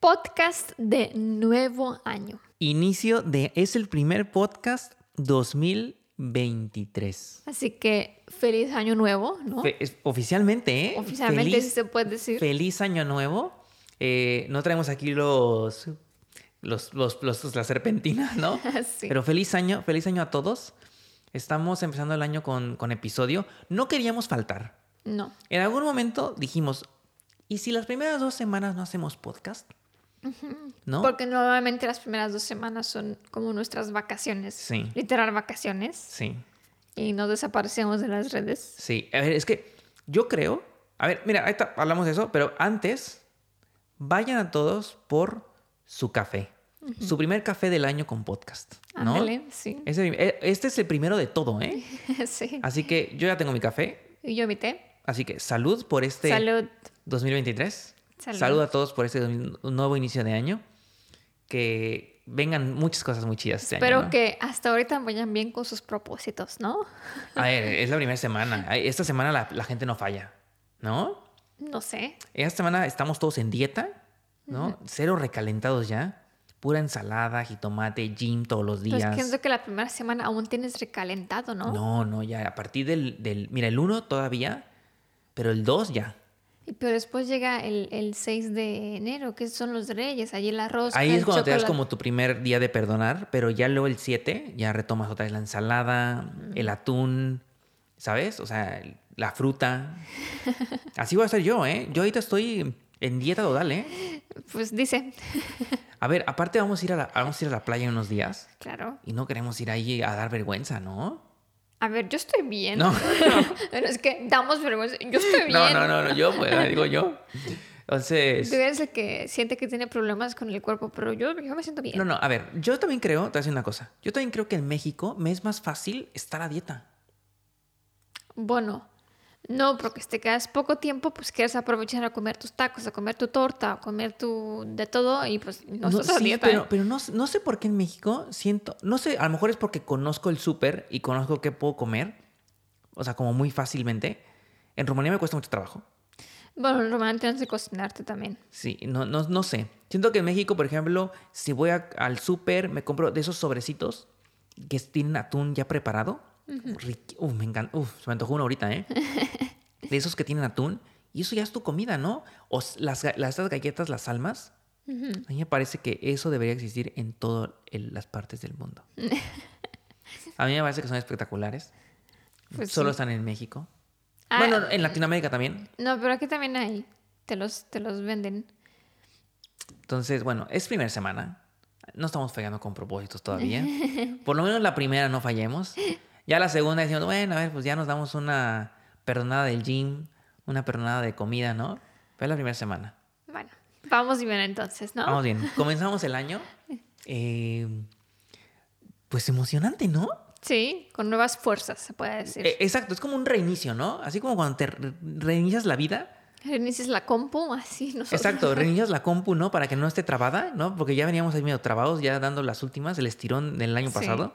podcast de nuevo año. Inicio de, es el primer podcast 2023. Así que feliz año nuevo, ¿no? Fe- es- oficialmente, ¿eh? Oh. Oficialmente sí Feliz- se puede decir. Feliz año nuevo. Eh, no traemos aquí los, los, los, los- las serpentinas, ¿no? Ah, Sí. Pero feliz año, feliz año a todos. Estamos empezando el año con, con episodio. No queríamos faltar. No. En algún momento dijimos, ¿y si las primeras dos semanas no hacemos podcast? ¿No? Porque normalmente las primeras dos semanas son como nuestras vacaciones. Sí. Literal vacaciones. Sí, Y nos desaparecemos de las redes. sí. A ver, es que yo creo... A ver, mira, ahorita hablamos de eso, pero antes, vayan a todos por su café. Su primer café del año con podcast. ¿no? Ándale, sí. Es el- eh, este es el primero de todo, ¿eh? sí. Así que yo ya tengo mi café. Y yo mi té. Así que salud por este Salud. 2023. Salud. Salud. a todos por este 2000 nuevo inicio de año. Que vengan muchas cosas muy chidas este Espero año. ¿no? que hasta ahorita vayan bien con sus propósitos, ¿no? A ver, es la primera semana. Ay, Esta semana la, la gente no falla, ¿no? No sé. Esta semana estamos todos en dieta, ¿no? Cero recalentados ya. Pura ensalada, jitomate, gym todos los Pero días. es que siento Pues que la primera semana aún tienes recalentado, ¿no? No, no, ya. A partir del, del- Mira, el 1 todavía, pero el 2 ya. Y- Pero después llega el, el 6 de enero, que son los reyes, allí el arroz. Ahí es el cuando te das chocolate. como tu primer día de perdonar, pero ya luego el 7 ya retomas otra vez la ensalada, el atún, ¿sabes? O sea, el- la fruta. Así voy a ser yo, ¿eh? Yo ahorita estoy en dieta total, ¿eh? Pues dice, A ver, aparte vamos a ir a la, vamos a ir a la playa en unos días claro. y no queremos ir ahí a dar vergüenza, ¿no? A ver, yo estoy bien. No. Pero es que damos vergüenza. Yo estoy bien. No, no, no, no, yo, pues, digo yo. Entonces... Tú eres el que siente que tiene problemas con el cuerpo, pero yo, yo me siento bien. No, no, a ver, yo también creo, te voy a decir una cosa. Yo también creo que en México me es más fácil estar a dieta. Bueno, no, porque si te quedas poco tiempo, pues quieres aprovechar a comer tus tacos, a comer tu torta, a comer tu de todo y pues no, estás a sí, dieta. pero, ¿eh? pero no, no sé por qué en México siento, no sé, a lo mejor es porque conozco el súper y conozco qué puedo comer, o sea, como muy fácilmente. En Rumanía me cuesta mucho trabajo. Bueno, normalmente tienes que cocinarte también. Sí, no, no, no sé. Siento que en México, por ejemplo, si voy a- al súper, me compro de esos sobrecitos que tienen atún ya preparado. Riqui- Uf, me encanta. Uf, se me antojó uno ahorita, ¿eh? De esos que tienen atún. Y eso ya es tu comida, ¿no? O s- las, ga- las- estas galletas, las almas. A mí me parece que eso debería existir en todas las partes del mundo. A mí me parece que son espectaculares. Pues Solo sí. están en México. Ah, bueno, eh en Latinoamérica también. No, pero aquí también hay. Te los, te los venden. Entonces, bueno, es primera semana. No estamos fallando con propósitos todavía. Por lo menos la primera no fallemos. Ya la segunda decimos, bueno, a ver, pues ya nos damos una perdonada del gym, una perdonada de comida, ¿no? Pero es la primera semana. Bueno, vamos bien entonces, ¿no? Vamos bien. Comenzamos el año. eh, pues emocionante, ¿no? Sí, con nuevas fuerzas, se puede decir. Eh, exacto, es como un reinicio, ¿no? Así como cuando te re- reinicias la vida, Reinicias la compu, así nosotros. Exacto, reinicias la compu, ¿no? Para que no esté trabada, ¿no? Porque ya veníamos ahí medio trabados, ya dando las últimas, el estirón del año Sí. pasado.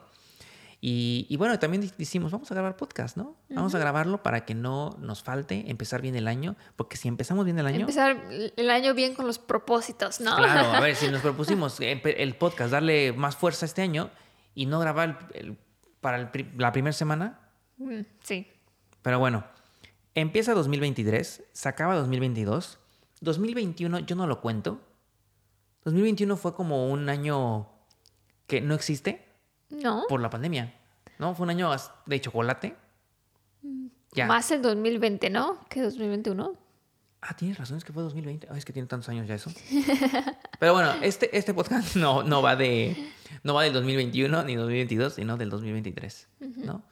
Y, y bueno, también di- decimos, vamos a grabar podcast, ¿no? Vamos a grabarlo para que no nos falte empezar bien el año, porque si empezamos bien el año... pues Empezar el año bien con los propósitos, ¿no? Claro, a ver, si nos propusimos empe- el podcast, darle más fuerza este año y no grabar el- el- para el pri- la primera semana, Mm, Sí. pero bueno, empieza 2023, se acaba 2022. 2021 yo no lo cuento. 2021 fue como un año que no existe ¿No? por la pandemia. ¿No? Fue un año as- de chocolate. Ya. Más el 2020, ¿no? Que 2021. Ah, tienes razón, es que fue 2020. Ay, es que tiene tantos años ya eso. Pero bueno, este, este podcast no, no va de no va del 2021 ni 2022, sino del 2023, ¿no?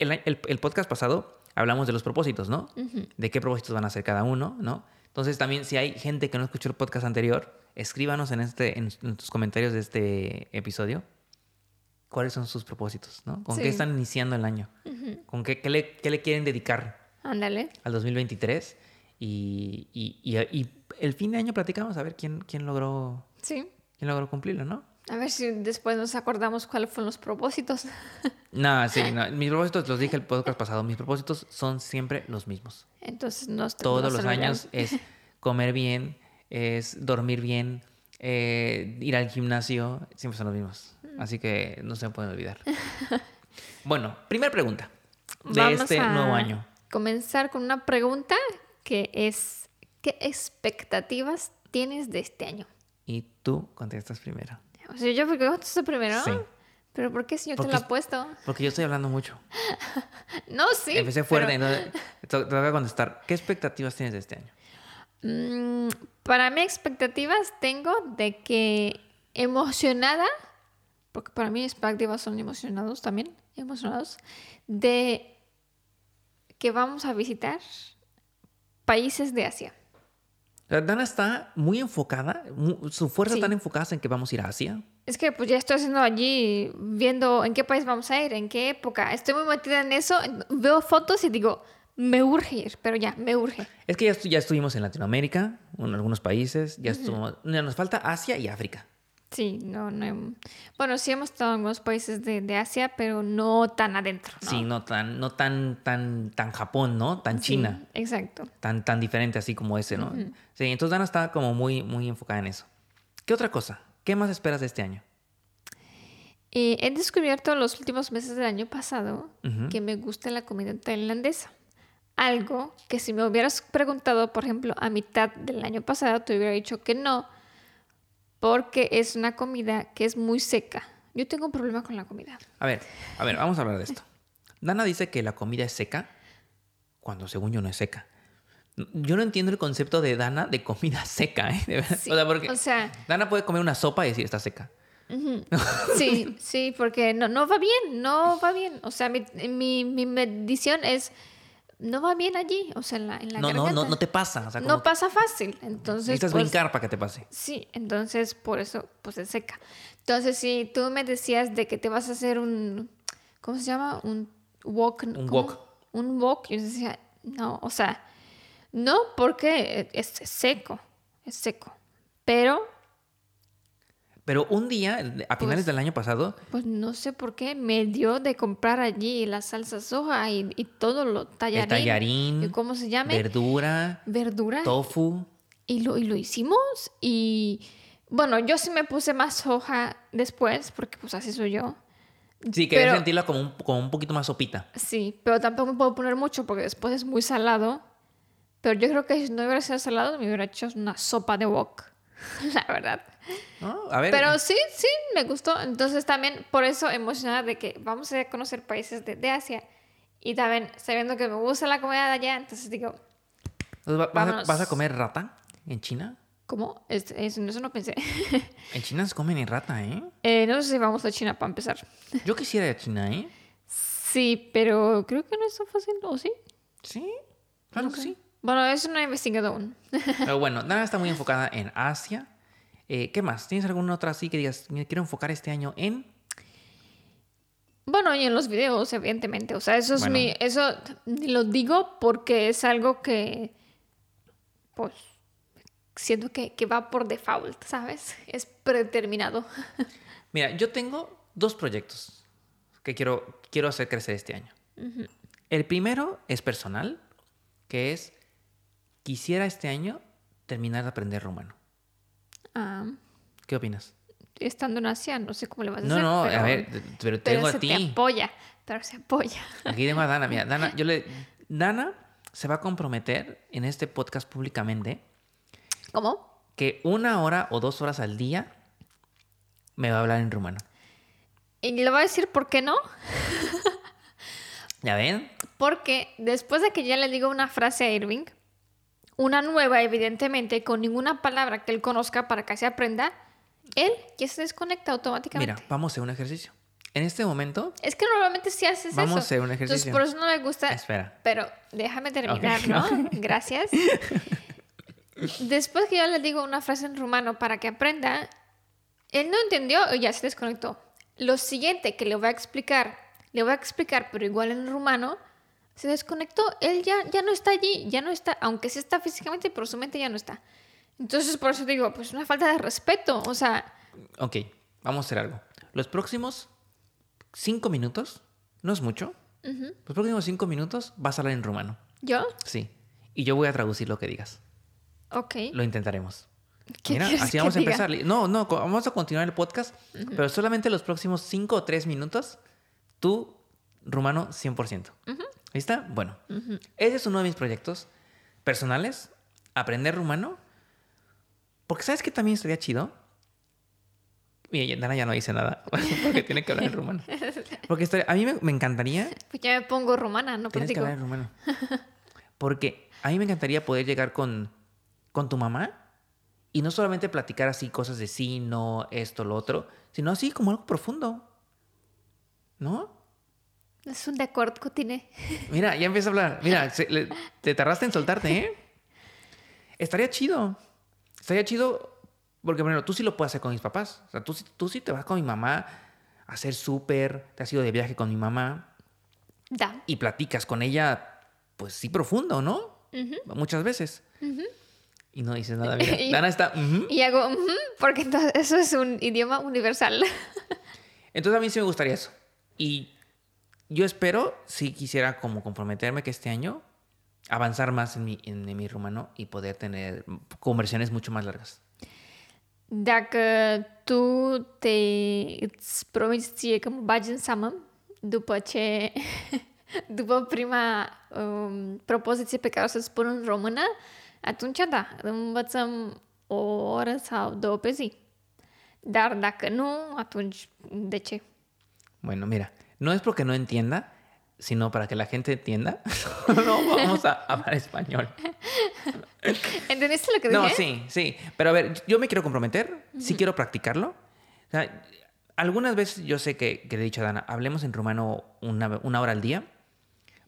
El, el- el podcast pasado hablamos de los propósitos, ¿no? De qué propósitos van a hacer cada uno, ¿no? Entonces también si hay gente que no escuchó el podcast anterior, escríbanos en este en, en tus comentarios de este episodio cuáles son sus propósitos, ¿no? ¿Con Sí. qué están iniciando el año? ¿Con qué, qué le, qué le quieren dedicar? Ándale. al 2023 y, y- y- y el fin de año platicamos a ver quién, quién, logró, Sí. quién logró cumplirlo, ¿no? A ver si después nos acordamos cuáles fueron los propósitos. No, sí, no. mis propósitos, los dije el podcast pasado, mis propósitos son siempre los mismos. Entonces nos Todos nos los olvidamos. años es comer bien, es dormir bien, eh, ir al gimnasio, siempre son los mismos. Así que no se me pueden olvidar. bueno, primera pregunta de Vamos este a nuevo año. Comenzar con una pregunta que es, ¿qué expectativas tienes de este año? Y tú contestas primero. O sea, yo porque contesto primero. Sí. Pero ¿por qué si yo Porque te lo es- he puesto? Porque yo estoy hablando mucho. No, sí. Empecé fuerte, entonces to- te voy a contestar. ¿Qué expectativas tienes de este año? pero, mm, para mí expectativas tengo de que emocionada, porque para mí expectativas son emocionados también, emocionados, de que vamos a visitar países de Asia. La Dana está muy enfocada, mu- su fuerza Sí. tan enfocada en que vamos a ir a Asia. Es que pues ya estoy haciendo allí, viendo en qué país vamos a ir, en qué época. Estoy muy metida en eso, veo fotos y digo, me urge ir, pero ya, me urge. Es que ya, estu- ya estuvimos en Latinoamérica, en algunos países, ya estuvimos, ya nos falta Asia y África. Sí, no, no. hem- Bueno, sí hemos estado en algunos países de, de Asia, pero no tan adentro. ¿no? Sí, no tan, no tan, tan, tan Japón, ¿no? Tan Ah. Sí, China, exacto. tan, tan diferente así como ese, ¿no? Sí, entonces Dana está como muy, muy enfocada en eso. ¿Qué otra cosa? ¿Qué más esperas de este año? Y he descubierto los últimos meses del año pasado Ujú. que me gusta la comida tailandesa. Algo que si me hubieras preguntado, por ejemplo, a mitad del año pasado, te hubiera dicho que no, porque es una comida que es muy seca. Yo tengo un problema con la comida. A ver, a ver, vamos a hablar de esto. Dana dice que la comida es seca cuando según yo no es seca. Yo no entiendo el concepto de Dana de comida seca, ¿eh? De verdad. Sí, o sea, porque o sea, Dana puede comer una sopa y decir está seca. Sí, sí, porque no, no va bien, no va bien. O sea, mi, mi, mi medición es, no va bien allí, o sea, en la, en la No, no, garganta. no, no te pasa. O sea, como No pasa fácil, entonces... necesitas pues, brincar para que te pase. Sí, entonces por eso pues es seca. Entonces si tú me decías de que te vas a hacer un, ¿cómo se llama? Un walk. Un ¿cómo? wok. Un walk. Yo decía, no, o sea, no porque es es seco, es seco. Pero Pero un día, a finales del año pasado, Pues no sé por qué me dio de comprar allí la salsa soja y, y todo lo tallarín. el tallarín, ¿Y cómo se llama? verdura, Verdura. tofu. Y lo, y lo hicimos. Y bueno, yo sí me puse más soja después, porque pues así soy yo. Sí, quería Pero- sentirla como un, como un poquito más sopita. Sí, pero tampoco me puedo poner mucho porque después es muy salado. Pero yo creo que si no hubiera sido salado, me hubiera hecho una sopa de wok. La verdad. ¿no? A ver, Pero sí, sí, me gustó. Entonces también por eso emocionada de que vamos a conocer países de, de Asia. Y también sabiendo que me gusta la comida de allá, entonces digo, entonces, ¿va- vas, a, vámonos. vas a comer rata en China? ¿cómo? Es- es- en eso no pensé. En China se comen en rata, ¿eh? Eh, no sé si vamos a China para empezar. Yo quisiera ir a China, ¿eh? Sí, pero creo que no es tan fácil, ¿o sí? Sí, claro que sí. Bueno, eso no he investigado aún. Pero bueno, Dana está muy enfocada en Asia. Eh, ¿Qué más? ¿Tienes alguna otra así que digas, me quiero enfocar este año en? Bueno, y en los videos, evidentemente. O sea, eso es Bueno. mi. Eso lo digo porque es algo que. Pues. Siento que, que va por default, ¿sabes? Es predeterminado. Mira, yo tengo dos proyectos que quiero, quiero hacer crecer este año. El primero es personal, que es, quisiera este año terminar de aprender rumano. Ah, ¿Qué opinas? estando en Asia, no sé cómo le vas a No, hacer. no, pero- a ver, te- Pues pero Pero tengo se a te ti. apoya. Pero se apoya. Aquí tengo a Dana. Mira, Dana, yo le... Dana se va a comprometer en este podcast públicamente ¿Cómo? que una hora o dos horas al día me va a hablar en rumano. Y le voy a decir por qué no. ¿Ya ven? Porque después de que ya le digo una frase a Irving, una nueva, evidentemente, con ninguna palabra que él conozca para que se aprenda, él ya se desconecta automáticamente. Mira, vamos a hacer un ejercicio. En este momento, Es que normalmente sí haces Vamos eso. a hacer un Entonces, ejercicio. por eso no me gusta. espera. Pero déjame terminar, Ok, ¿no? Gracias. Después que yo le digo una frase en rumano para que aprenda, él no entendió y ya se desconectó. Lo siguiente que le voy a explicar, le voy a explicar, pero igual en rumano, se desconectó. Él ya, ya no está allí, ya no está, aunque sí está físicamente, pero su mente ya no está. Entonces, por eso digo, pues una falta de respeto. O sea, Ok, vamos a hacer algo. Los próximos cinco minutos, no es mucho, los próximos cinco minutos vas a hablar en rumano. yo, Sí. Y yo voy a traducir lo que digas. ok, Lo intentaremos. ¿Qué Mira, quieres así que vamos a diga? empezar. No, no, co- vamos a continuar el podcast, pero solamente los próximos 5 o 3 minutos, tú, rumano, 100%. ¿Lista? Bueno, ese es uno de mis proyectos personales, aprender rumano, porque sabes que también estaría chido. Mira, Dana ya no dice nada, porque tiene que hablar en rumano. Porque estaría- a mí me- me encantaría Pues ya me pongo rumana, no Tienes que platico. hablar en rumano. Porque a mí me encantaría poder llegar con, con tu mamá y no solamente platicar así cosas de sí, no, esto, lo otro, sino así como algo profundo. ¿No? Es un de acuerdo que tiene. Mira, ya empieza a hablar. Mira, se- le- te tardaste en soltarte, ¿eh? Estaría chido. Estaría chido porque, bueno, tú sí lo puedes hacer con mis papás. O sea, tú, sí- tú sí te vas con mi mamá a hacer súper, te has ido de viaje con mi mamá Da. y platicas con ella, pues sí profundo, ¿no? Muchas veces. Y no dices nada. Mira, Y- Dana está. "Ujú". Y hago, "Ujú", porque entonces eso es un idioma universal. Entonces a mí sí me gustaría eso. Y yo espero, si quisiera como comprometerme que este año avanzar más en mi, en, mi rumano y poder tener conversiones mucho más largas. Dacă tu te îți promiți ție că mă bagi în seamă după ce după prima um, propoziție pe care o să spun în română, atunci da, învățăm o oră sau două pe zi. Dar dacă nu, atunci de ce? Bueno, mira, no es porque no entienda, sino para que la gente entienda. no vamos a hablar español. ¿Entendiste lo que dije? No, sí, sí. Pero a ver, yo me quiero comprometer, sí quiero practicarlo. O sea, algunas veces yo sé que, que le he dicho a Dana, hablemos en rumano una, una hora al día,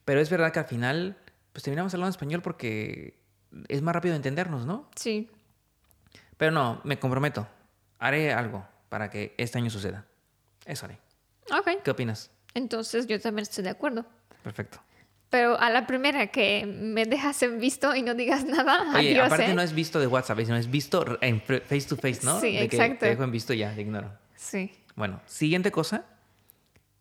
pero es verdad que al final, pues terminamos hablando español porque es más rápido de entendernos, ¿no? Sí. Pero no, me comprometo. Haré algo para que este año suceda. Eso haré. Ok. ¿Qué opinas? Entonces yo también estoy de acuerdo. Perfecto. Pero a la primera que me dejas en visto y no digas nada, Oye, adiós, aparte ¿eh? no es visto de WhatsApp, sino es visto en fr- face to face, ¿no? Sí, De que exacto. Te dejo en visto y ya, te ignoro. Sí. Bueno, siguiente cosa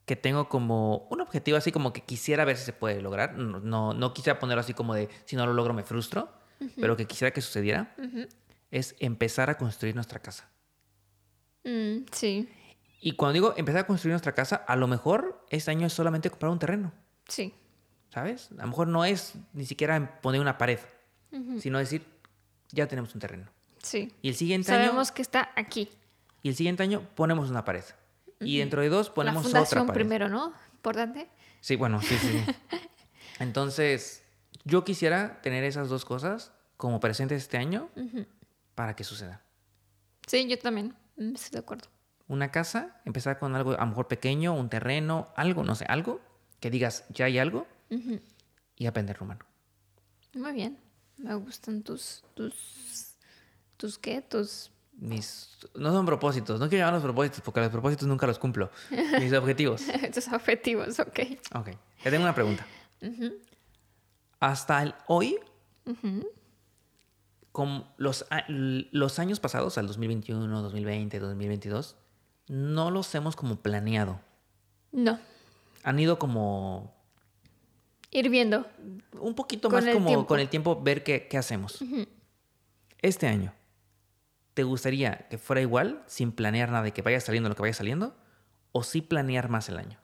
que tengo como un objetivo así como que quisiera ver si se puede lograr. No, no, no quisiera ponerlo así como de si no lo logro me frustro, pero que quisiera que sucediera es empezar a construir nuestra casa. Mm, sí. Y cuando digo empezar a construir nuestra casa, a lo mejor este año es solamente comprar un terreno, Sí. ¿sabes? A lo mejor no es ni siquiera poner una pared, sino decir, ya tenemos un terreno. Sí. Y el siguiente Sabemos año que está aquí. y el siguiente año ponemos una pared. Y dentro de dos ponemos la otra fundación pared. primero, ¿no? Importante. Sí, bueno, sí, sí. sí. Entonces, yo quisiera tener esas dos cosas como presentes este año para que suceda. Sí, yo también. Mm, Estoy de acuerdo. Una casa, empezar con algo a lo mejor pequeño, un terreno, algo, no sé, algo que digas, ya hay algo y aprender rumano. Muy bien. Me gustan tus. tus. tus qué? Tus. Mis, no son propósitos, no quiero llamarlos propósitos porque los propósitos nunca los cumplo. Mis objetivos. tus objetivos, ok. Ok, te tengo una pregunta. Hasta el hoy, con los, a- los años pasados, al 2021, 2020, 2022, no los hemos como planeado. No. Han ido como Ir viendo. un poquito Con más el como tiempo. con el tiempo ver qué, qué hacemos. Este año, ¿te gustaría que fuera igual, sin planear nada y que vaya saliendo lo que vaya saliendo? ¿O sí planear más el año?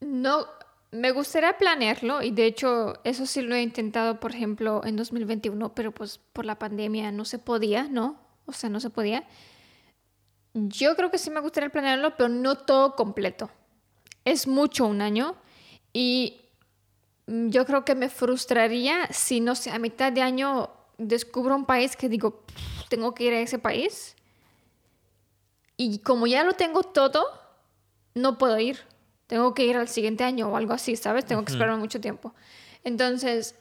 No. Me gustaría planearlo y de hecho eso sí lo he intentado, por ejemplo, en 2021, pero pues por la pandemia no se podía, ¿no? O sea, no se podía. Yo creo que sí me gustaría planearlo, pero no todo completo. Es mucho un año y mm, yo creo que me frustraría si, no sé, a mitad de año descubro un país que digo, "Pff, tengo que ir a ese país. Y como ya lo tengo todo, no puedo ir. Tengo que ir al siguiente año o algo así, ¿sabes? Tengo que esperar mucho tiempo. Entonces,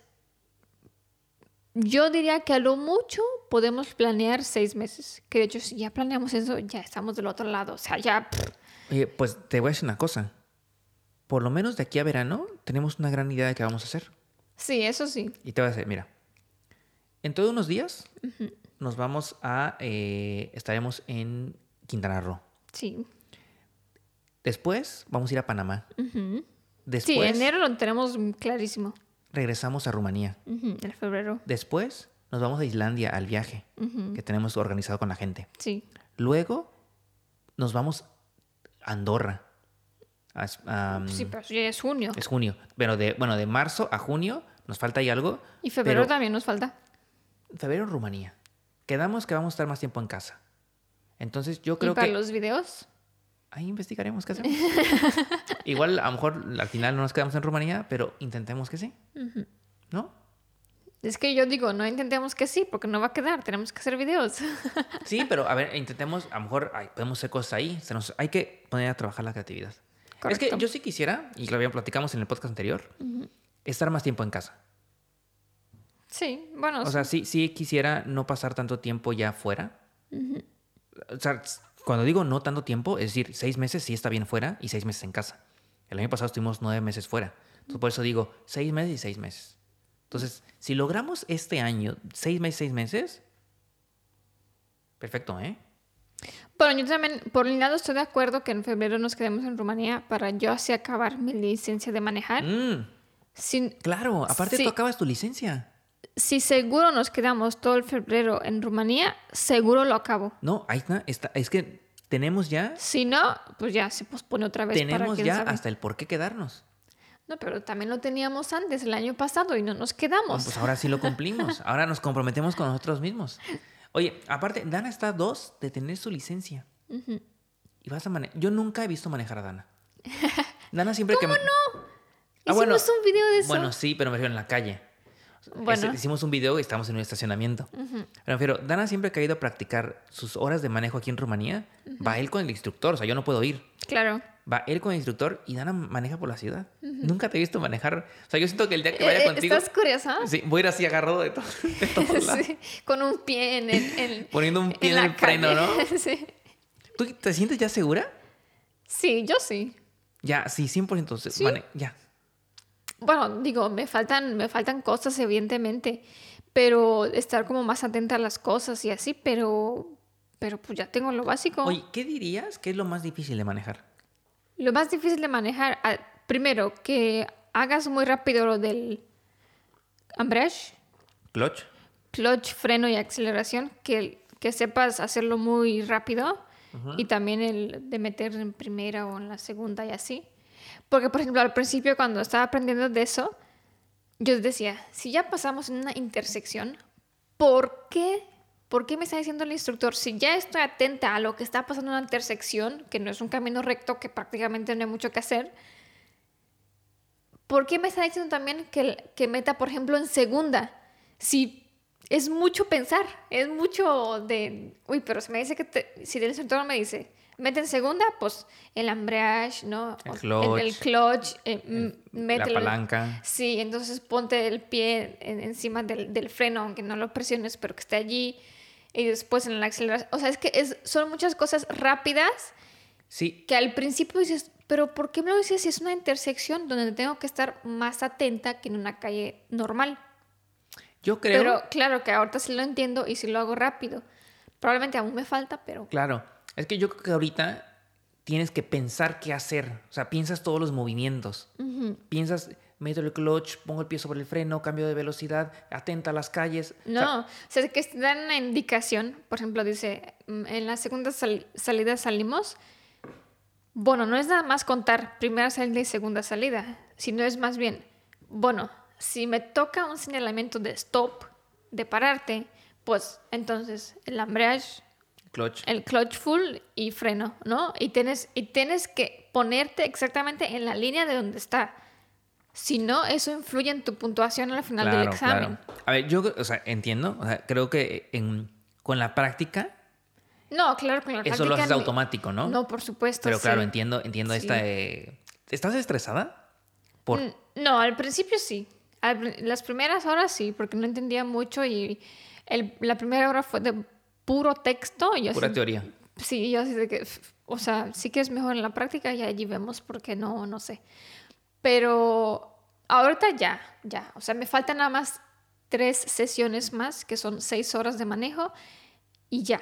yo diría que a lo mucho podemos planear seis meses. Que de hecho, si ya planeamos eso, ya estamos del otro lado. O sea, ya... pff, Oye, pues te voy a decir una cosa. Por lo menos de aquí a verano tenemos una gran idea de qué vamos a hacer. Sí, eso sí. Y te voy a decir, mira, en todos unos días nos vamos a... eh, estaremos en Quintana Roo. Sí. Después vamos a ir a Panamá. Después Sí, enero lo tenemos clarísimo. regresamos a Rumanía. Ujú, el febrero. Después nos vamos a Islandia al viaje Ujú. que tenemos organizado con la gente. Sí. Luego nos vamos a Andorra. A Es- a- Sí, pero eso ya es junio. Es junio. Pero de, bueno, de marzo a junio nos falta ahí algo. Y febrero pero- también nos falta. Febrero, Rumanía. Quedamos que vamos a estar más tiempo en casa. Entonces yo creo y para que los videos. ahí investigaremos qué hacemos. Igual a lo mejor al final no nos quedamos en Rumanía, pero intentemos que sí. ¿No? Es que yo digo, no intentemos que sí, porque no va a quedar. Tenemos que hacer videos. Sí, pero a ver, intentemos, a lo mejor ay, podemos hacer cosas ahí. Se nos, hay que poner a trabajar la creatividad. Es Correcto. que yo sí quisiera, y lo habíamos platicamos en el podcast anterior, estar más tiempo en casa. Sí, bueno. O sea, sí, sí quisiera no pasar tanto tiempo ya fuera. O sea, s- cuando digo no tanto tiempo, es decir, seis meses sí está bien fuera y seis meses en casa. El año pasado estuvimos nueve meses fuera. Entonces, por eso digo seis meses y seis meses. Entonces, si logramos este año seis meses, seis meses, perfecto, ¿eh? Bueno, yo también, por un lado, estoy de acuerdo que en febrero nos quedemos en Rumanía para yo así acabar mi licencia de manejar. Mm, Si, claro, aparte Sí. tú acabas tu licencia. si seguro nos quedamos todo el febrero en Rumanía, seguro lo acabo. No, ahí está, está- es que tenemos ya, Si no, pues ya se pospone otra vez. para tenemos quién ya sabe. hasta el por qué quedarnos. No, pero también lo teníamos antes, el año pasado, y no nos quedamos. Bueno, pues ahora sí lo cumplimos. Ahora nos comprometemos con nosotros mismos. Oye, aparte, Dana está a dos de tener su licencia. Y vas a manejar. Yo nunca he visto manejar a Dana. Dana siempre que. no? Hicimos un video de eso. ah, Bueno, sí, pero me refiero en la calle. Bueno. Es- hicimos un video y estamos en un estacionamiento. Me refiero, Dana siempre que ha ido a practicar sus horas de manejo aquí en Rumanía, va él con el instructor. O sea, yo no puedo ir. claro. Va él con el instructor y Dana maneja por la ciudad. Nunca te he visto manejar. O sea, yo siento que el día que vaya Eh, eh, contigo. ¿Estás curiosa? Sí, voy a ir así agarrado de, to- de todos lados. Sí, con un pie en el, en- Poniendo un pie en, la el freno, ¿no? calle. sí. ¿Tú te sientes ya segura? sí, yo sí. Ya, sí, 100%. se- Sí. mane- ya. Bueno, digo, me faltan, me faltan cosas, evidentemente, pero estar como más atenta a las cosas y así, pero, pero pues ya tengo lo básico. Oye, ¿qué dirías que es lo más difícil de manejar? Lo más difícil de manejar, ah, primero, que hagas muy rápido lo del ambrage, ¿Clutch? clutch, freno y aceleración, que, que sepas hacerlo muy rápido y también el de meter en primera o en la segunda y así. Porque, por ejemplo, al principio cuando estaba aprendiendo de eso, yo decía, si ya pasamos en una intersección, ¿por qué? ¿Por qué me está diciendo el instructor? Si ya estoy atenta a lo que está pasando en una intersección, que no es un camino recto, que prácticamente no hay mucho que hacer, ¿por qué me está diciendo también que, que meta, por ejemplo, en segunda? Si es mucho pensar, es mucho de, uy, pero si me dice que, te- si el instructor me dice, mete en segunda, pues el ambrage, ¿no? El O- clutch. el clutch, eh, m- La mételo en- palanca. Sí, entonces ponte el pie en- encima del, del freno, aunque no lo presiones, pero que esté allí. Y después en la aceleración. O sea, es que es, son muchas cosas rápidas Sí, que al principio dices, pero ¿por qué me lo dices si es una intersección donde tengo que estar más atenta que en una calle normal? yo creo. Pero claro que ahorita sí lo entiendo y sí lo hago rápido. Probablemente aún me falta, pero Claro. Es que yo creo que ahorita tienes que pensar qué hacer. O sea, piensas todos los movimientos. Piensas, meto el clutch, pongo el pie sobre el freno, cambio de velocidad, atenta a las calles. O sea, No, o sea, que te dan una indicación, por ejemplo, dice, mm, en la segunda sal- salida salimos. Bueno, no es nada más contar primera salida y segunda salida, sino es más bien, bueno, si me toca un señalamiento de stop, de pararte, pues entonces el ambrage, clutch. el clutch full y freno, ¿no? Y tienes, y tienes que ponerte exactamente en la línea de donde está. Si no, eso influye en tu puntuación al final del examen. claro. A ver, yo, o sea, entiendo. O sea, creo que eh, en- con la práctica No, claro, con la Eso práctica lo haces ni- automático, ¿no? No, por supuesto. Pero sí. claro, entiendo, entiendo Sí. Mm, esta. eh, ¿Estás estresada? Por... N- No, al principio sí. Al pri- las primeras horas sí, porque no entendía mucho y el- la primera hora fue de puro texto. Y yo Pura así- teoría. Sí, yo así de que, f- o sea, sí que es mejor en la práctica y allí vemos porque no, no sé. Pero ahorita ya, ya. O sea, me faltan nada más tres sesiones más, que son seis horas de manejo y ya.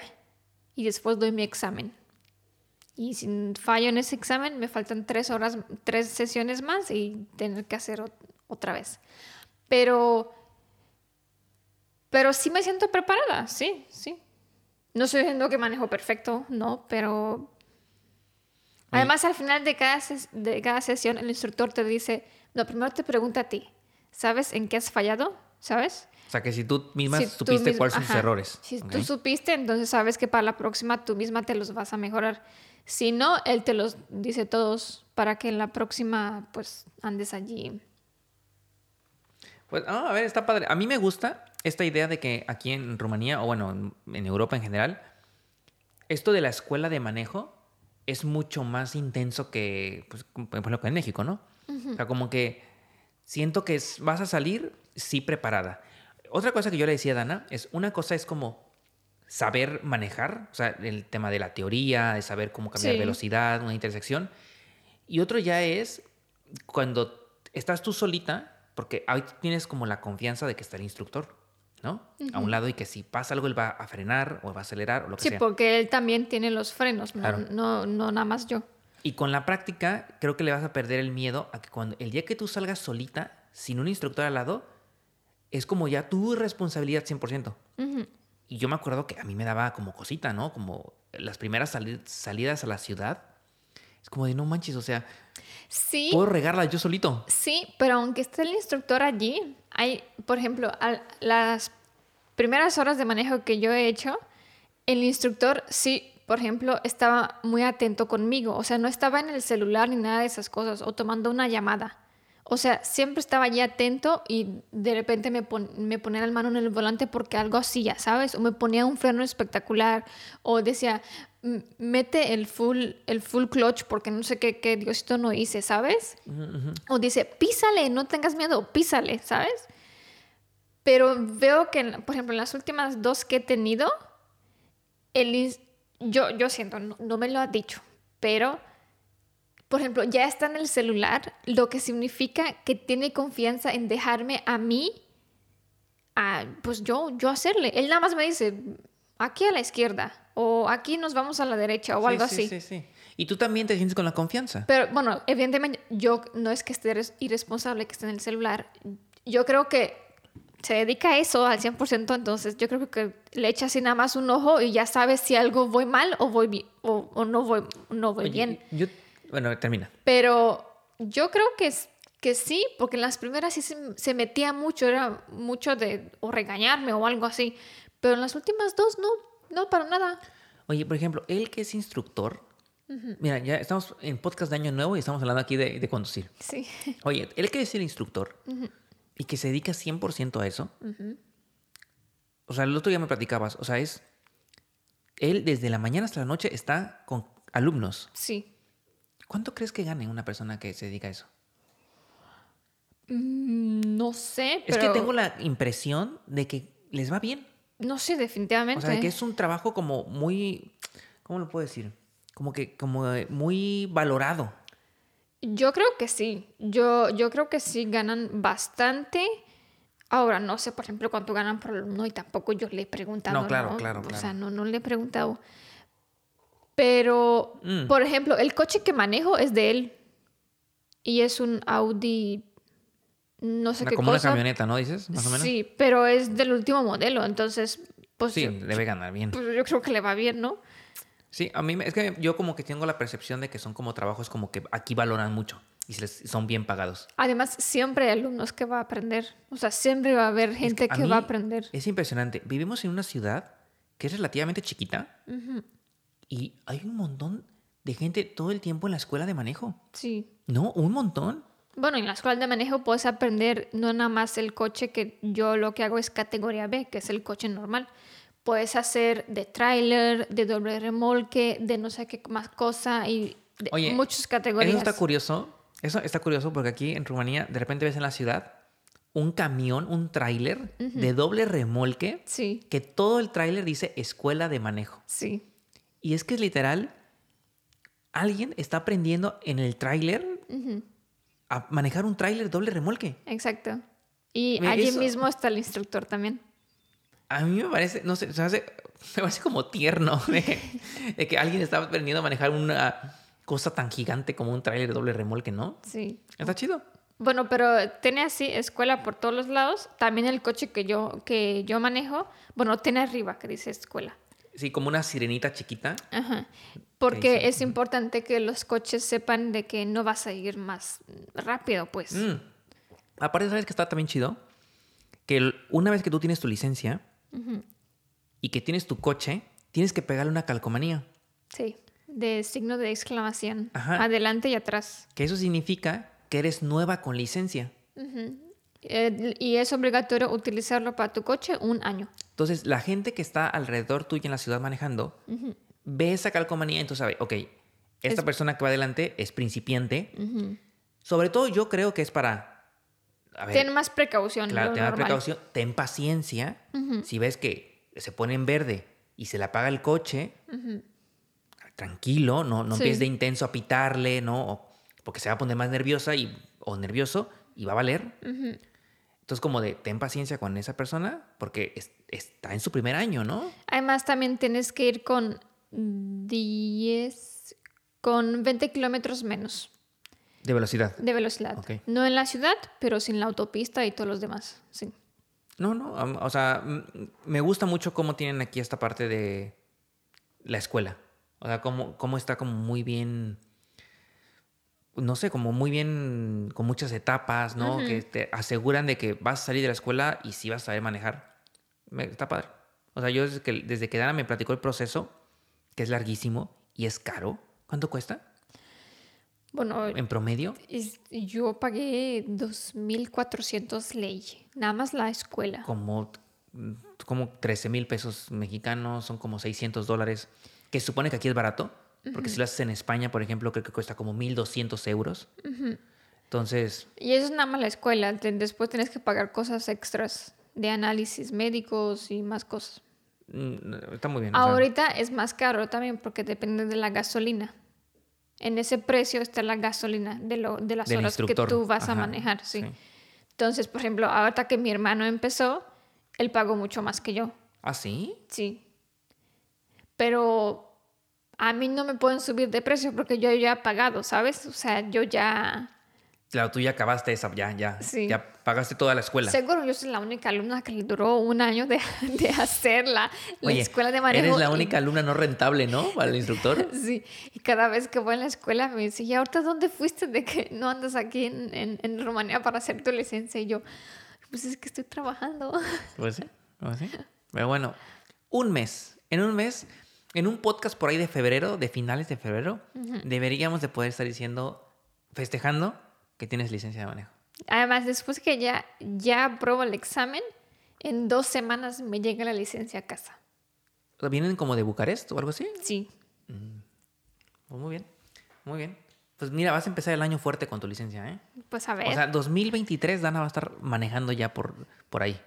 Y después doy mi examen. Y si fallo en ese examen, me faltan tres horas, tres sesiones más y tener que hacer ot- otra vez. Pero Pero sí me siento preparada, sí, sí. No estoy diciendo que manejo perfecto, no, pero... Además, al final de cada, ses- de cada sesión, el instructor te dice, no, primero te pregunta a ti, ¿sabes en qué has fallado? ¿Sabes? O sea, que si tú misma Si tú supiste mismo- cuáles son tus ajá. errores. Si ¿ok? tú supiste, entonces sabes que para la próxima tú misma te los vas a mejorar. Si no, él te los dice todos para que en la próxima pues andes allí. Pues, ah, a ver, está padre. A mí me gusta esta idea de que aquí en Rumanía, o bueno, en- en Europa en general, esto de la escuela de manejo es mucho más intenso que, pues, como por ejemplo, que en México, ¿no? O sea, como que siento que es- vas a salir sí preparada. Otra cosa que yo le decía a Dana es, una cosa es como saber manejar, o sea, el tema de la teoría, de saber cómo cambiar Sí. velocidad, una intersección, y otro ya es cuando estás tú solita, porque ahí tienes como la confianza de que está el instructor, ¿no? A un lado y que si pasa algo él va a frenar o va a acelerar o lo que Sí, sea. porque él también tiene los frenos, no, Claro. no, no nada más yo. Y con la práctica creo que le vas a perder el miedo a que cuando el día que tú salgas solita, sin un instructor al lado, es como ya tu responsabilidad 100%. Ujú. Y yo me acuerdo que a mí me daba como cosita, ¿no? Como las primeras sali- salidas a la ciudad. Es como de no manches, o sea, Sí, puedo regarla yo solito. sí, pero aunque esté el instructor allí, hay, por ejemplo, al- las primeras horas de manejo que yo he hecho, el instructor sí, por ejemplo, estaba muy atento conmigo. O sea, no estaba en el celular ni nada de esas cosas o tomando una llamada. O sea, siempre estaba allí atento y de repente me, pon- me ponía la mano en el volante porque algo hacía, ¿sabes? O me ponía un freno espectacular o decía, "M- mete el full, el full clutch porque no sé qué, qué Diosito no hice, ¿sabes? O dice, písale, no tengas miedo, písale, ¿sabes? Pero veo que, en- por ejemplo, en las últimas dos que he tenido, el ins- yo, yo siento, no, no me lo ha dicho, pero, por ejemplo, ya está en el celular, lo que significa que tiene confianza en dejarme a mí, a, pues yo, yo hacerle. Él nada más me dice, aquí a la izquierda, o aquí nos vamos a la derecha, o Sí, algo sí, así. Sí, sí. Y tú también te sientes con la confianza. Pero bueno, evidentemente yo no es que esté res- irresponsable que esté en el celular. Yo creo que se dedica a eso al 100%, entonces yo creo que le echa así nada más un ojo y ya sabe si algo voy mal o voy bi- o, o no voy no voy Oye, bien. Yo, bueno, termina. Pero yo creo que, es- que sí, porque en las primeras sí se, se metía mucho, era mucho de o regañarme o algo así, pero en las últimas dos no, no para nada. Oye, por ejemplo, él que es instructor. Mira, ya estamos en podcast de Año Nuevo y estamos hablando aquí de, de conducir. Sí. Oye, él que es el instructor y que se dedica 100% a eso. O sea, el otro día me platicabas. O sea, es. Él desde la mañana hasta la noche está con alumnos. Sí. ¿Cuánto crees que gane una persona que se dedica a eso? Mm, No sé, Es pero que tengo la impresión de que les va bien. no sé O definitivamente. sea, que es un trabajo como muy. ¿Cómo lo puedo decir? Como que como eh, muy valorado. Yo creo que sí. Yo, yo creo que sí ganan bastante. Ahora no sé, por ejemplo, cuánto ganan por alumno y tampoco yo le he preguntado. No, claro, claro, O claro. sea, no, no le he preguntado. Pero, Mm. por ejemplo, el coche que manejo es de él. Y es un Audi, no sé Una- qué como cosa. una camioneta, ¿no? Dices, más o menos. Sí, Sí, pero es del último modelo. Entonces, pues, yo, debe ganar bien. pues yo creo que le va bien, ¿no? Sí, a mí me- es que yo como que tengo la percepción de que son como trabajos como que aquí valoran mucho y se les- son bien pagados. Además, siempre hay alumnos que va a aprender. O sea, siempre va a haber Es gente a que va a mí aprender. Es impresionante. Vivimos en una ciudad que es relativamente chiquita y hay un montón de gente todo el tiempo en la escuela de manejo. Sí. No, un montón. Bueno, en la escuela de manejo puedes aprender no nada más el coche que yo lo que hago es categoría B, que es el coche normal. Puedes hacer de tráiler, de doble remolque, de no sé qué más cosa y de Oye, muchas categorías. Eso está curioso. Eso está curioso porque aquí en Rumanía de repente ves en la ciudad un camión, un tráiler de doble remolque sí, que todo el tráiler dice escuela de manejo. sí. Y es que es literal, alguien está aprendiendo en el tráiler Ujú, a manejar un tráiler doble remolque. Exacto. Y Mira, allí eso- mismo está el instructor también. A mí me parece, no sé, se me hace, me parece como tierno de que, de que alguien está aprendiendo a manejar una cosa tan gigante como un tráiler doble remolque, ¿no? Sí. Está chido. Bueno, pero tiene así escuela por todos los lados. También el coche que yo, que yo manejo, bueno, tiene arriba que dice escuela. Sí, como una sirenita chiquita. Ajá. Porque dice, es importante que los coches sepan de que no vas a ir más rápido, pues. Mm. Aparte, ¿sabes que está también chido? Que el- una vez que tú tienes tu licencia y que tienes tu coche, tienes que pegarle una calcomanía. Sí. De signo de exclamación. Ajá. Adelante y atrás. Que eso significa que eres nueva con licencia. Eh, y es obligatorio utilizarlo para tu coche un año. Entonces, la gente que está alrededor tuyo en la ciudad manejando ve esa calcomanía y entonces sabe, ok, esta Es- persona que va adelante es principiante. Sobre todo, yo creo que es para. A ver, Ten más precaución. Claro, lo ten más normal. precaución, ten paciencia. Si ves que se pone en verde y se le apaga el coche, tranquilo, no, no Sí. empieces de intenso a pitarle, ¿no? O- porque se va a poner más nerviosa y, o nervioso y va a valer. Entonces, como de ten paciencia con esa persona porque es- está en su primer año, ¿no? Además, también tienes que ir con 10, con 20 kilómetros menos De velocidad. de velocidad. Ok. No en la ciudad, pero sin la autopista y todos los demás. Sí. No, no, am- o sea, m- me gusta mucho cómo tienen aquí esta parte de la escuela. O sea, cómo, cómo está como muy bien, no sé, como muy bien, con muchas etapas, ¿no? Que te aseguran de que vas a salir de la escuela y sí vas a saber manejar. Me- está padre. O sea, yo desde que, desde que Dana me platicó el proceso, que es larguísimo y es caro. ¿Cuánto cuesta Bueno, en promedio? es- yo pagué 2.400 ley, nada más la escuela. como, mm, como 13 mil pesos mexicanos, son como 600 dólares, que se supone que aquí es barato, porque si lo haces en España, por ejemplo, creo que cuesta como 1.200 euros. Entonces, Y eso es nada más la escuela. te- Después tienes que pagar cosas extras de análisis médicos y más cosas. mm, está muy bien. o sea, Ahorita es más caro también porque depende de la gasolina. En ese precio está la gasolina de, lo, de las del horas que instructor. tú vas a Ajá, manejar. Sí. Entonces, por ejemplo, ahorita que mi hermano empezó, él pagó mucho más que yo. ¿Ah, sí? Sí. Pero a mí no me pueden subir de precio porque yo ya he pagado, ¿sabes? O sea, yo ya... Claro, tú ya acabaste esa, ya, ya. Sí. Ya pagaste toda la escuela. Seguro yo soy la única alumna que le duró un año de, de hacer la, la Oye, escuela de manejo. Eres la y- única alumna no rentable, ¿no? Para el instructor. Sí, y cada vez que voy a la escuela me dice, ¿y ahorita dónde fuiste de que no andas aquí en, en, en Rumanía para hacer tu licencia? Y yo, pues es que estoy trabajando. Pues sí, pues sí. Pero bueno, un mes. En un mes, en un podcast por ahí de febrero, de finales de febrero, deberíamos de poder estar diciendo, festejando que tienes licencia de manejo. Además, después que ya, ya apruebo el examen, en dos semanas me llega la licencia a casa. O sea, ¿Vienen como de Bucarest o algo así? Sí, Pues muy bien, muy bien. Pues mira, vas a empezar el año fuerte con tu licencia, ¿eh? pues a ver. O sea, 2023 Dana va a estar manejando ya por, por ahí.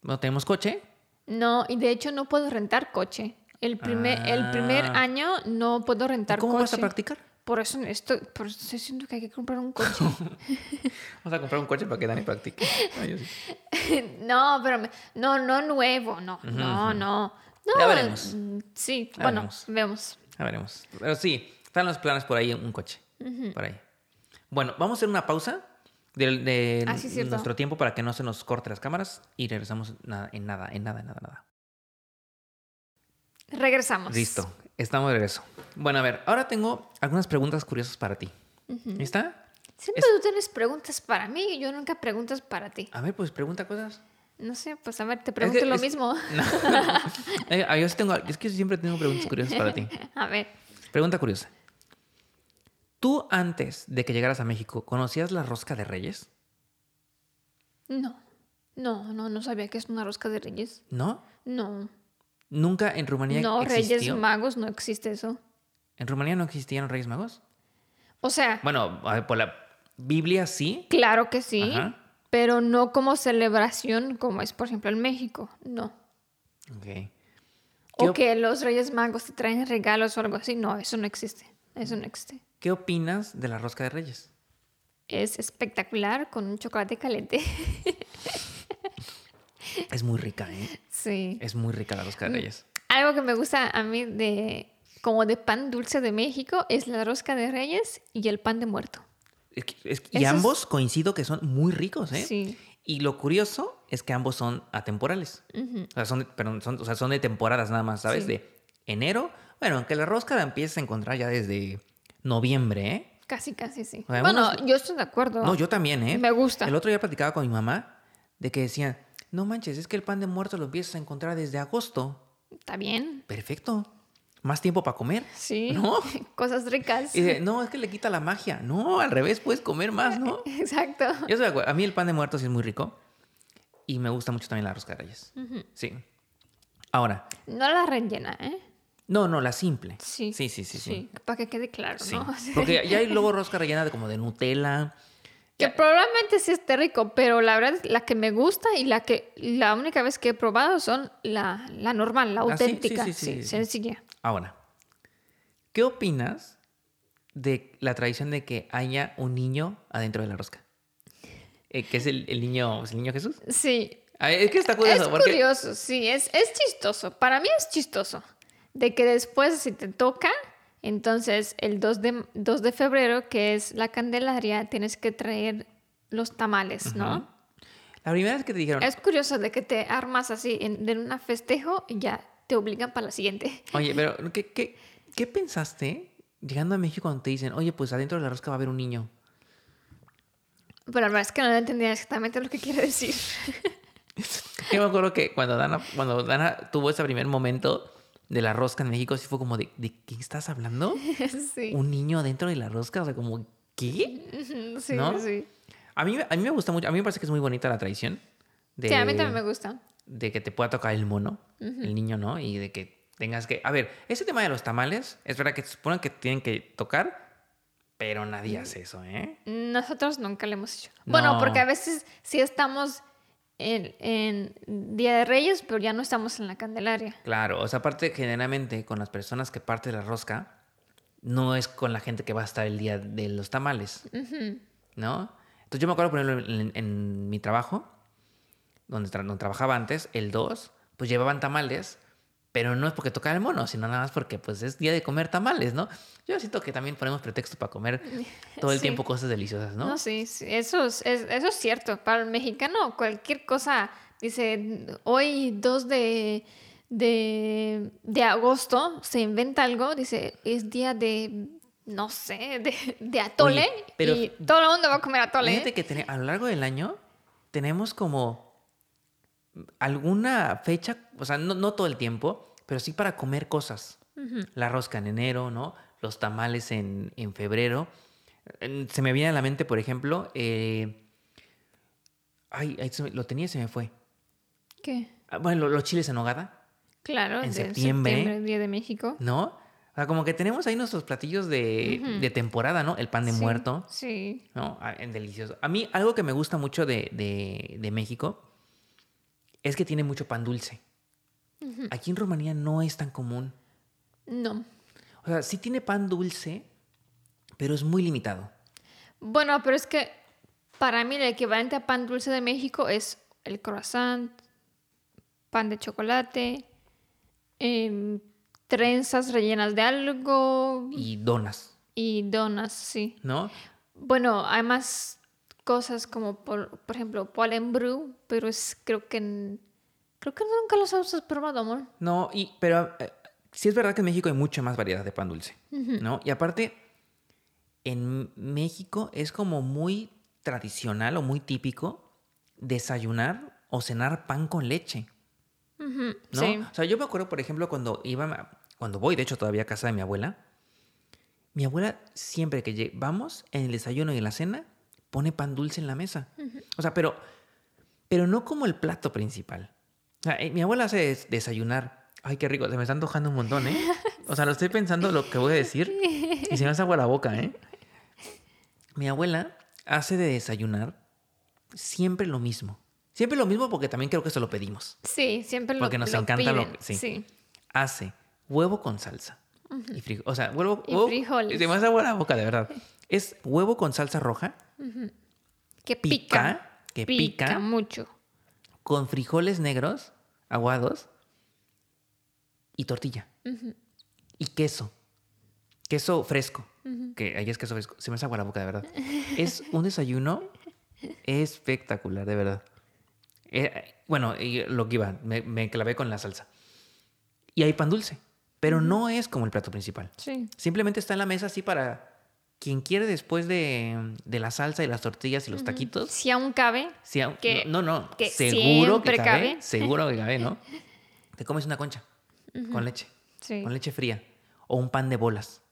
No tenemos coche. no, y de hecho no puedo rentar coche. El primer, el primer Ah. año no puedo rentar ¿Cómo vas a coche. practicar? por eso estoy, por eso estoy diciendo que hay que comprar un coche. Vamos a comprar un coche para que Dani practique. Ay, Ah, yo sí. No, pero me- no, no nuevo, no, no, no. No, Ya veremos. mm, Sí, Ya bueno, veremos. vemos. Ya veremos. Pero sí, están los planes por ahí, un coche. Por ahí. Bueno, vamos a hacer una pausa de, de Ah, sí, es cierto. nuestro tiempo para que no se nos corte las cámaras y regresamos na- en nada, en nada, en nada, nada. Regresamos. Listo, estamos de regreso. Bueno, a ver, ahora tengo algunas preguntas curiosas para ti. ¿Está? Siempre tú tienes preguntas para mí y yo nunca preguntas para ti. A ver, pues pregunta cosas. No sé, pues a ver, te pregunto lo es- mismo. No. Eh, yo sí tengo, es que yo siempre tengo preguntas curiosas para ti. A ver, Pregunta curiosa. ¿Tú antes de que llegaras a México conocías la rosca de Reyes? no. No, no, no sabía que es una rosca de reyes. ¿No? No. Nunca en Rumanía No, existió. reyes magos, no existe eso. ¿En Rumanía no existían los Reyes Magos? O sea, Bueno, a ver, por la Biblia sí. claro que sí, Ajá. pero no como celebración como es, por ejemplo, en México. No. Ok. ¿Qué, O op- que los Reyes Magos te traen regalos o algo así. No, eso no existe. Eso no existe. qué opinas de la rosca de Reyes? Es espectacular con un chocolate caliente. Es muy rica, ¿eh? sí. Es muy rica la rosca de Reyes. Algo que me gusta a mí de como de pan dulce de México es la rosca de Reyes y el pan de muerto. Es que- es que- y Eso es- ambos coincido que son muy ricos, ¿eh? Sí. Y lo curioso es que ambos son atemporales. Ujú. O sea, son, de- perdón, son, o sea, son de temporadas nada más, ¿sabes? Sí. De enero. Bueno, aunque la rosca la empieces a encontrar ya desde noviembre, ¿eh? Casi, casi, sí. O sea, bueno, unos- yo estoy de acuerdo. No, yo también, ¿eh? Me gusta. El otro día platicaba con mi mamá de que decían, no manches, es que el pan de muerto lo empiezas a encontrar desde agosto. Está bien. Perfecto. Más tiempo para comer. Sí. ¿No? Cosas ricas. Y dice, no, es que le quita la magia. No, al revés, puedes comer más, ¿no? Exacto. Yo estoy de acuerdo. A mí el pan de muerto sí es muy rico. Y me gusta mucho también la rosca de reyes. Ujú. Sí. Ahora, No la rellena, ¿eh? no, no, la simple. Sí. Sí, sí, sí. sí. Para que quede claro, Sí. ¿no? Sí. Porque ya hay luego rosca rellena de como de Nutella. Que probablemente sí esté rico, pero la verdad, la que me gusta y la que la única vez que he probado son la, la normal, la Ah, sí, sí, auténtica, sí, sí, sí, sí, sí. sencilla. Ahora, ¿qué opinas de la tradición de que haya un niño adentro de la rosca? Eh, que es el, el niño, es el niño Jesús. Sí, Ah, es que está curioso. es porque... curioso, sí, es, es chistoso. Para mí es chistoso. De que después, si te toca, entonces el 2 de, 2 de febrero, que es la Candelaria, tienes que traer los tamales, ¿no? Ujú. La primera vez que te dijeron, Es curioso de que te armas así en, de una festejo y ya te obligan para la siguiente. oye, pero ¿qué, qué, qué pensaste llegando a México cuando te dicen, oye, pues adentro de la rosca va a haber un niño? Pero la verdad es que no entendía exactamente lo que quiere decir. Yo me acuerdo que cuando Dana, cuando Dana tuvo ese primer momento de la rosca en México, sí fue como de, ¿de qué estás hablando? sí. ¿Un niño adentro de la rosca? O sea, como, ¿qué? Ujú, Sí, ¿No? sí. A mí, a mí me gusta mucho, a mí me parece que es muy bonita la tradición. De, Sí, a mí también me gusta. De que te pueda tocar el mono, el niño, ¿no? Y de que tengas que... A ver, ese tema de los tamales, es verdad que se supone que tienen que tocar, pero nadie hace eso, ¿eh? Nosotros nunca lo hemos hecho. No. Bueno, porque a veces sí estamos en, en Día de Reyes, pero ya no estamos en la Candelaria. Claro, o sea, aparte generalmente con las personas que parte de la rosca, no es con la gente que va a estar el día de los tamales, ¿no? Entonces yo me acuerdo, por ejemplo, en, en mi trabajo, donde, tra- donde trabajaba antes, el 2, pues llevaban tamales, pero no es porque tocara el mono, sino nada más porque pues es día de comer tamales, ¿no? Yo siento que también ponemos pretexto para comer todo el Sí. tiempo cosas deliciosas, ¿no? No, sí, sí, eso es, es- eso es cierto. Para el mexicano, cualquier cosa, dice, hoy 2 de, de, de agosto se inventa algo, dice, es día de, no sé, de, de atole. Oye, pero- y todo el mundo va a comer atole. ¿eh? Fíjate que tene- a lo largo del año tenemos como alguna fecha, o sea, no, no todo el tiempo, pero sí para comer cosas. La rosca en enero, ¿no? Los tamales en, en febrero. En- Se me viene a la mente, por ejemplo, eh, ay, ay, se me- lo tenía y se me fue. ¿Qué? Ah, Bueno, lo- los chiles en hogada, Claro, En de septiembre. septiembre, Día de México. ¿no? O sea, como que tenemos ahí nuestros platillos de, de temporada, ¿no? El pan de Sí, muerto. Sí. ¿no? Ah, en Delicioso. A mí, algo que me gusta mucho de, de- de México es que tiene mucho pan dulce. Aquí en Rumanía no es tan común. No. O sea, sí tiene pan dulce, pero es muy limitado. Bueno, pero es que para mí el equivalente a pan dulce de México es el croissant, pan de chocolate, em, trenzas rellenas de algo Y donas, y donas, sí. ¿no? Bueno, hay más cosas como, por, por ejemplo, polenbrew, pero es, creo que n- creo que nunca los has probado, amor. No, y, pero eh, sí es verdad que en México hay mucha más variedad de pan dulce, ¿no? Y aparte, en México es como muy tradicional o muy típico desayunar o cenar pan con leche. Ujú, ¿no? Sí. O sea, yo me acuerdo, por ejemplo, cuando iba, a- cuando voy, de hecho, todavía a casa de mi abuela, mi abuela siempre que lle- vamos en el desayuno y en la cena, pone pan dulce en la mesa. O sea, pero, pero no como el plato principal. O sea, eh, mi abuela hace des- desayunar. Ay, qué rico, se me está antojando un montón, ¿eh? O sea, lo estoy pensando lo que voy a decir y se me hace agua la boca, ¿eh? Mi abuela hace de desayunar siempre lo mismo. Siempre lo mismo porque también creo que se lo pedimos Sí, siempre lo Porque nos lo encanta lo- piden, sí. sí. hace huevo con salsa y frijoles. O sea, huevo, Y huevo- frijoles. Se me hace agua la boca, de verdad. Es huevo con salsa roja, Que pica. pica, que pica, mucho. con frijoles negros aguados y tortilla. Y queso. Queso fresco. que ahí es que eso es- se me hace agua la boca, de verdad. Es un desayuno espectacular, de verdad. Eh, bueno, y lo que iba, me, me clavé con la salsa. Y hay pan dulce, pero no es como el plato principal. Sí. Simplemente está en la mesa así para quien quiere después de, de la salsa y las tortillas y los taquitos. Si aún cabe. si a- Que- no, no, que seguro que siempre cabe, cabe. Seguro que cabe, ¿no? Te comes una concha con leche, Sí. con leche fría o un pan de bolas.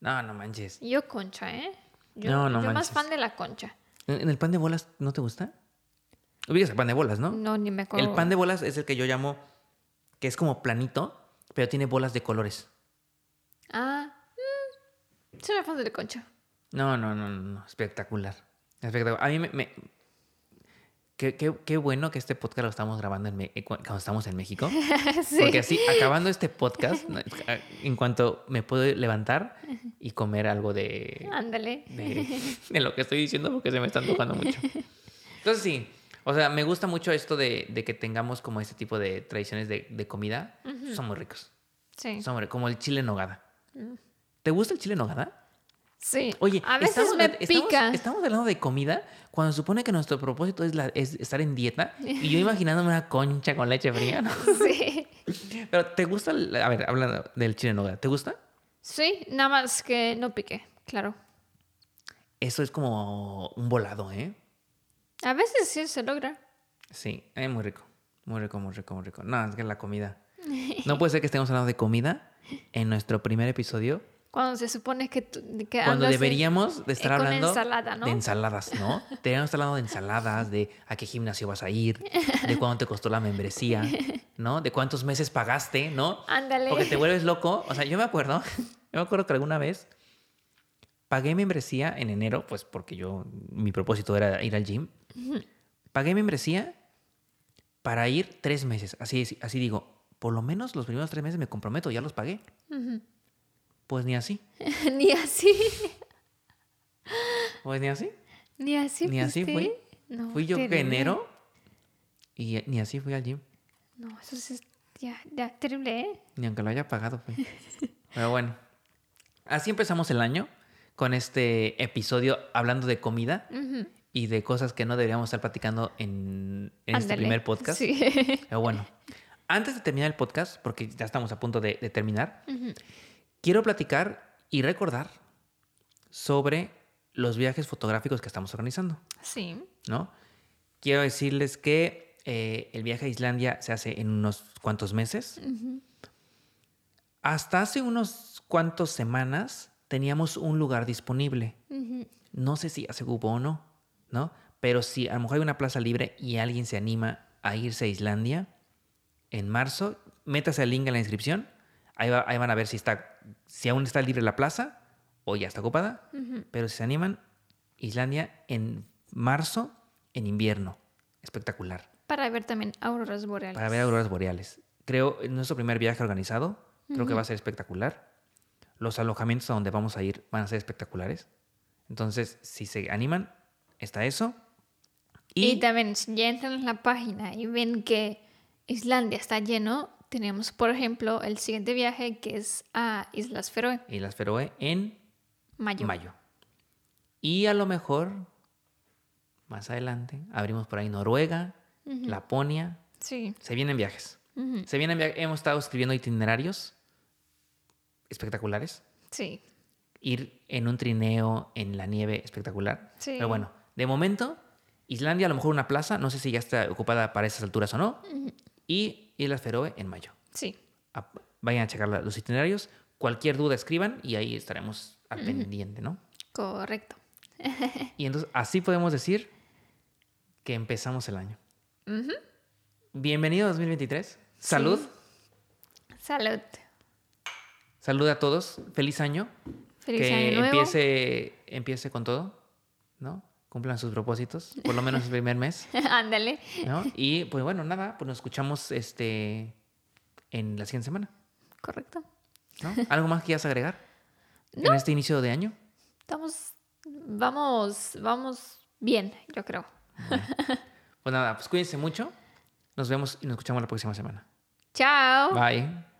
No, no manches. Yo concha, ¿eh? Yo, No, no yo más manches. fan de la concha. ¿En en el pan de bolas no te gusta? Ubicas el pan de bolas, ¿no? No, ni me acuerdo. El pan de bolas es el que yo llamo, que es como planito, pero tiene bolas de colores. Ah. mm, soy fan de la concha. No, no, no, no, no, espectacular. Espectacular. A mí me... me- Qué, qué- qué bueno que este podcast lo estamos grabando en Me- eh, cu- cuando estamos en México. sí. Porque así, acabando este podcast, no, en cuanto me puedo levantar y comer algo de, Ándale. de, de lo que estoy diciendo porque se me está tocando mucho. Entonces sí, o sea, me gusta mucho esto de, de que tengamos como este tipo de tradiciones de, de comida. Son muy ricos. Sí. Son muy ricos, como el chile en nogada. ¿Te gusta el chile en nogada? Sí. Oye, a veces estamos, me estamos- pica. estamos hablando de comida cuando se supone que nuestro propósito es, la- es estar en dieta y yo imaginándome una concha con leche fría. ¿no? Sí. Pero ¿te gusta? el- a ver, hablando del chile en nogada, ¿te gusta? Sí, nada más que no pique, claro. Eso es como un volado, ¿eh? A veces sí se logra. Sí, es muy rico. Muy rico, muy rico, muy rico. No, es que la comida. No puede ser que estemos hablando de comida en nuestro primer episodio, Cuando se supone que, tú- que cuando andas en- deberíamos de estar eh, con hablando ensalada, ¿no? de ensaladas, ¿no? Deberíamos estar hablando de ensaladas, de a qué gimnasio vas a ir, de cuánto te costó la membresía, ¿no? De cuántos meses pagaste, ¿no? Ándale. Porque te vuelves loco. O sea, yo me acuerdo, yo me acuerdo que alguna vez pagué membresía en enero, pues porque yo, mi propósito era ir al gym. Pagué membresía para ir tres meses. Así, así digo, por lo menos los primeros tres meses me comprometo, ya los pagué. Pues ni así, ni así. pues ni así. Ni así. Ni así fui. fuiste. No, Fui yo creo que terrible. enero y ni así fui al gym. No, eso sí es ya, ya, terrible, ¿eh? Ni aunque lo haya pagado, güey. Pero bueno. Así empezamos el año con este episodio hablando de comida Ujú. y de cosas que no deberíamos estar platicando en, en este Ándale. primer podcast. Sí. Pero bueno, antes de terminar el podcast, porque ya estamos a punto de, de terminar, Ujú. quiero platicar y recordar sobre los viajes fotográficos que estamos organizando, sí. ¿no? Quiero decirles que eh, el viaje a Islandia se hace en unos cuantos meses. Ujú. Hasta hace unos cuantos semanas teníamos un lugar disponible. Ujú. No sé si hace cupo o no, ¿no? Pero si a lo mejor hay una plaza libre y alguien se anima a irse a Islandia en marzo, métase al link en la inscripción. Ahí, va- ahí van a ver si, está, si aún está libre la plaza o ya está ocupada. Pero si se animan, Islandia en marzo, en invierno. Espectacular. Para ver también auroras boreales. Para ver auroras boreales. Creo, en nuestro primer viaje organizado, creo que va a ser espectacular. Los alojamientos a donde vamos a ir van a ser espectaculares. Entonces, si se animan, está eso. Y, Y, también, si ya entran en la página y ven que Islandia está lleno, tenemos, por ejemplo, el siguiente viaje que es a Islas Feroe, y las Feroe en mayo. mayo. Y a lo mejor, más adelante, abrimos por ahí Noruega, Laponia. Sí. Se vienen viajes. Ujú. Se vienen via- Hemos estado escribiendo itinerarios espectaculares. Sí. ir en un trineo en la nieve espectacular. Sí. Pero bueno, de momento, Islandia a lo mejor una plaza, no sé si ya está ocupada para esas alturas o no, y Islas Feroe en mayo. Sí. A- Vayan a checar la- los itinerarios, cualquier duda escriban y ahí estaremos al pendiente, ¿no? Correcto. Y entonces así podemos decir que empezamos el año. Bienvenido a 2023. Salud. Salud. Salud a todos. Feliz año. Feliz que año nuevo. empiece empiece con todo, ¿no? Cumplan sus propósitos, por lo menos el primer mes, Ándale. ¿no? Y pues bueno, nada, pues nos escuchamos este en la siguiente semana, Correcto. ¿no? ¿Algo más que quieras agregar? En este inicio de año. Estamos, vamos, vamos bien, yo creo. Pues nada, pues cuídense mucho. Nos vemos y nos escuchamos la próxima semana. Chao. Bye.